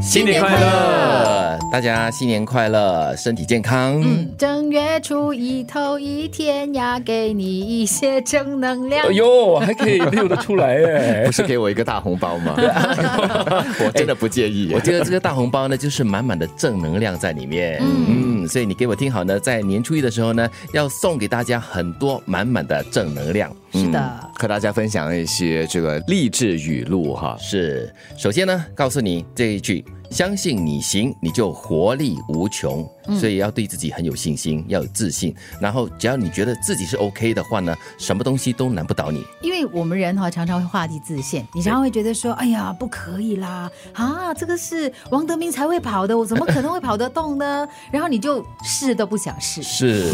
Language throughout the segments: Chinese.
新年快乐！大家新年快乐，身体健康。嗯，正月初一头一天呀，给你一些正能量哎。呦，还可以溜得出来哎不！是给我一个大红包吗？我真的不介意。我觉得这个大红包呢，就是满满的正能量在里面。嗯嗯，所以你给我听好呢，在年初一的时候呢，要送给大家很多满满的正能量。是嗯的，和大家分享一些这个励志语录哈。是，首先呢，告诉你这一句：相信你行，你就活力无穷。所以要对自己很有信心，要有自信。然后，只要你觉得自己是 OK 的话呢，什么东西都难不倒你。因为我们人哈、常常会画地自限，你常常会觉得说，哎呀，不可以啦，啊，这个是王德明才会跑的，我怎么可能会跑得 动呢？然后你就试都不想试。是，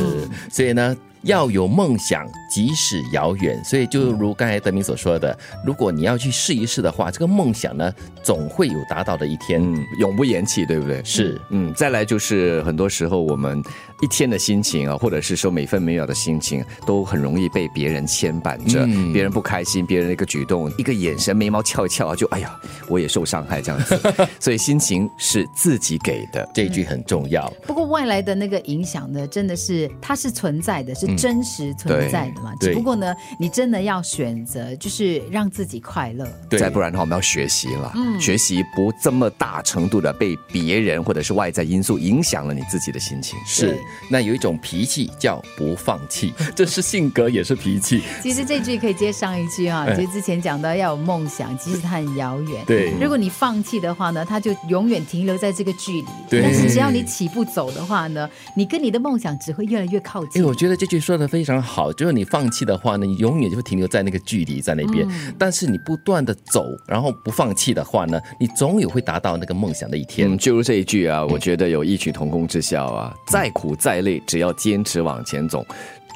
所以呢，要有梦想，即使遥远。所以，就如刚才德明所说的，如果你要去试一试的话，这个梦想呢，总会有达到的一天。嗯，永不言弃，对不对？是，嗯，再来就是很多时候我们一天的心情啊，或者是说每分每秒的心情，都很容易被别人牵绊着，嗯别人不开心，别人的一个举动，一个眼神，眉毛翘一翘啊，就哎呀，我也受伤害这样子， 所以心情是自己给的。这一句很重要。不过外来的那个影响呢，真的是它是存在的，是真实存在的嘛。嗯对只不过呢，你真的要选择，就是让自己快乐。对，嗯再不然的话，我们要学习了。学习不这么大程度的被别人或者是外在因素影响了你自己的心情。是对，那有一种脾气叫不放 弃，这是性格也是脾气。其实这句可以接上一句啊，哎就是之前讲到要有梦想，即使它很遥远。对如果你放弃的话呢，它就永远停留在这个距离。对但是只要你起步走的话呢，你跟你的梦想只会越来越靠因近为。哎我觉得这句说的非常好，就是你放弃的话呢，你永远就停留在那个距离在那边；嗯但是你不断的走，然后不放弃的话呢，你总有会达到那个梦想的一天。嗯，就如这一句啊，我觉得有异曲同工之效啊。再苦再累，只要坚持往前走，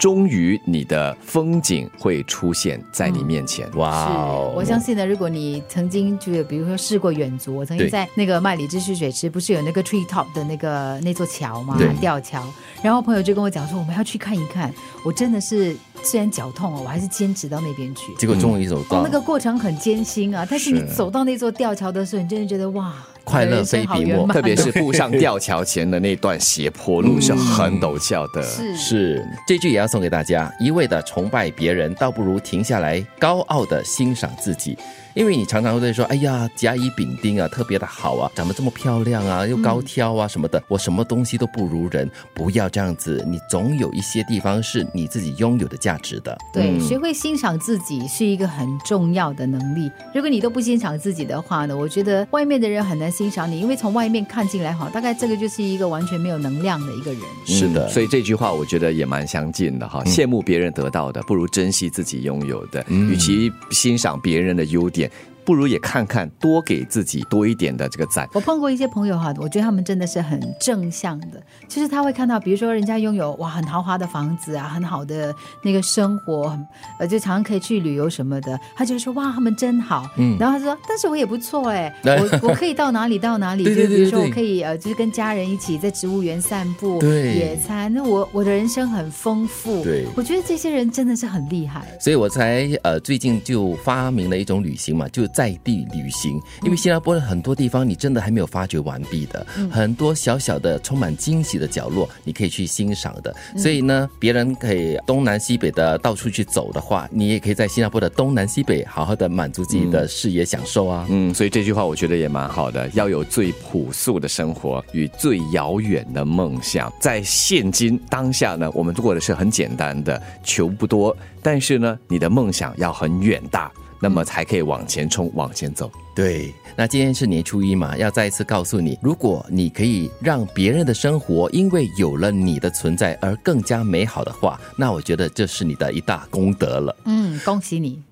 终于你的风景会出现在你面前。哇哦是，我相信呢，如果你曾经就比如说试过远足，我曾经对在那个麦里之蓄水池，不是有那个 tree top 的那个那座桥嘛对，吊桥。然后朋友就跟我讲说，我们要去看一看。我真的是虽然脚痛哦，我还是坚持到那边去。结果终于走哦到、，那个过程很艰辛啊，但是你走到那座吊桥的时候，你真的觉得哇，快乐人生非好笔圆墨满特别是步上吊桥前的那段斜坡路是很陡峭的。是是这句也要送给大家：一味的崇拜别人，倒不如停下来，高傲的欣赏自己。因为你常常会说：“哎呀，甲乙丙丁啊，特别的好啊，长得这么漂亮啊，又高挑啊什么的，我什么东西都不如人。”不要这样子，你总有一些地方是你自己拥有的价值的。对，学会欣赏自己是一个很重要的能力。如果你都不欣赏自己的话呢，我觉得外面的人很难欣赏你，因为从外面看进来哈，大概这个就是一个完全没有能量的一个人。是的，嗯嗯所以这句话我觉得也蛮相近的哈。羡慕别人得到的，不如珍惜自己拥有的。与其欣赏别人的优点，不如也看看多给自己多一点的这个赞。我碰过一些朋友哈，我觉得他们真的是很正向的，就是他会看到，比如说人家拥有哇很豪华的房子啊，很好的那个生活，很呃就常常可以去旅游什么的，他就会说哇他们真好，嗯，然后他说但是我也不错 哎、我我可以到哪里到哪里，对就是对比如说对我对可以呃就是跟家人一起在植物园散步、对野餐，那我我的人生很丰富，对我觉得这些人真的是很厉害，所以我才呃最近就发明了一种旅行嘛，就在地旅行。因为新加坡的很多地方你真的还没有发掘完毕的，很多小小的充满惊喜的角落，你可以去欣赏的。所以呢，别人可以东南西北的到处去走的话，你也可以在新加坡的东南西北好好的满足自己的视野享受啊。嗯，所以这句话我觉得也蛮好的，要有最朴素的生活与最遥远的梦想。在现今当下呢，我们过的是很简单的，求不多，但是呢，你的梦想要很远大，那么才可以往前冲，往前走。对，那今天是年初一嘛，要再一次告诉你，如果你可以让别人的生活因为有了你的存在而更加美好的话，那我觉得这是你的一大功德了。嗯，恭喜你。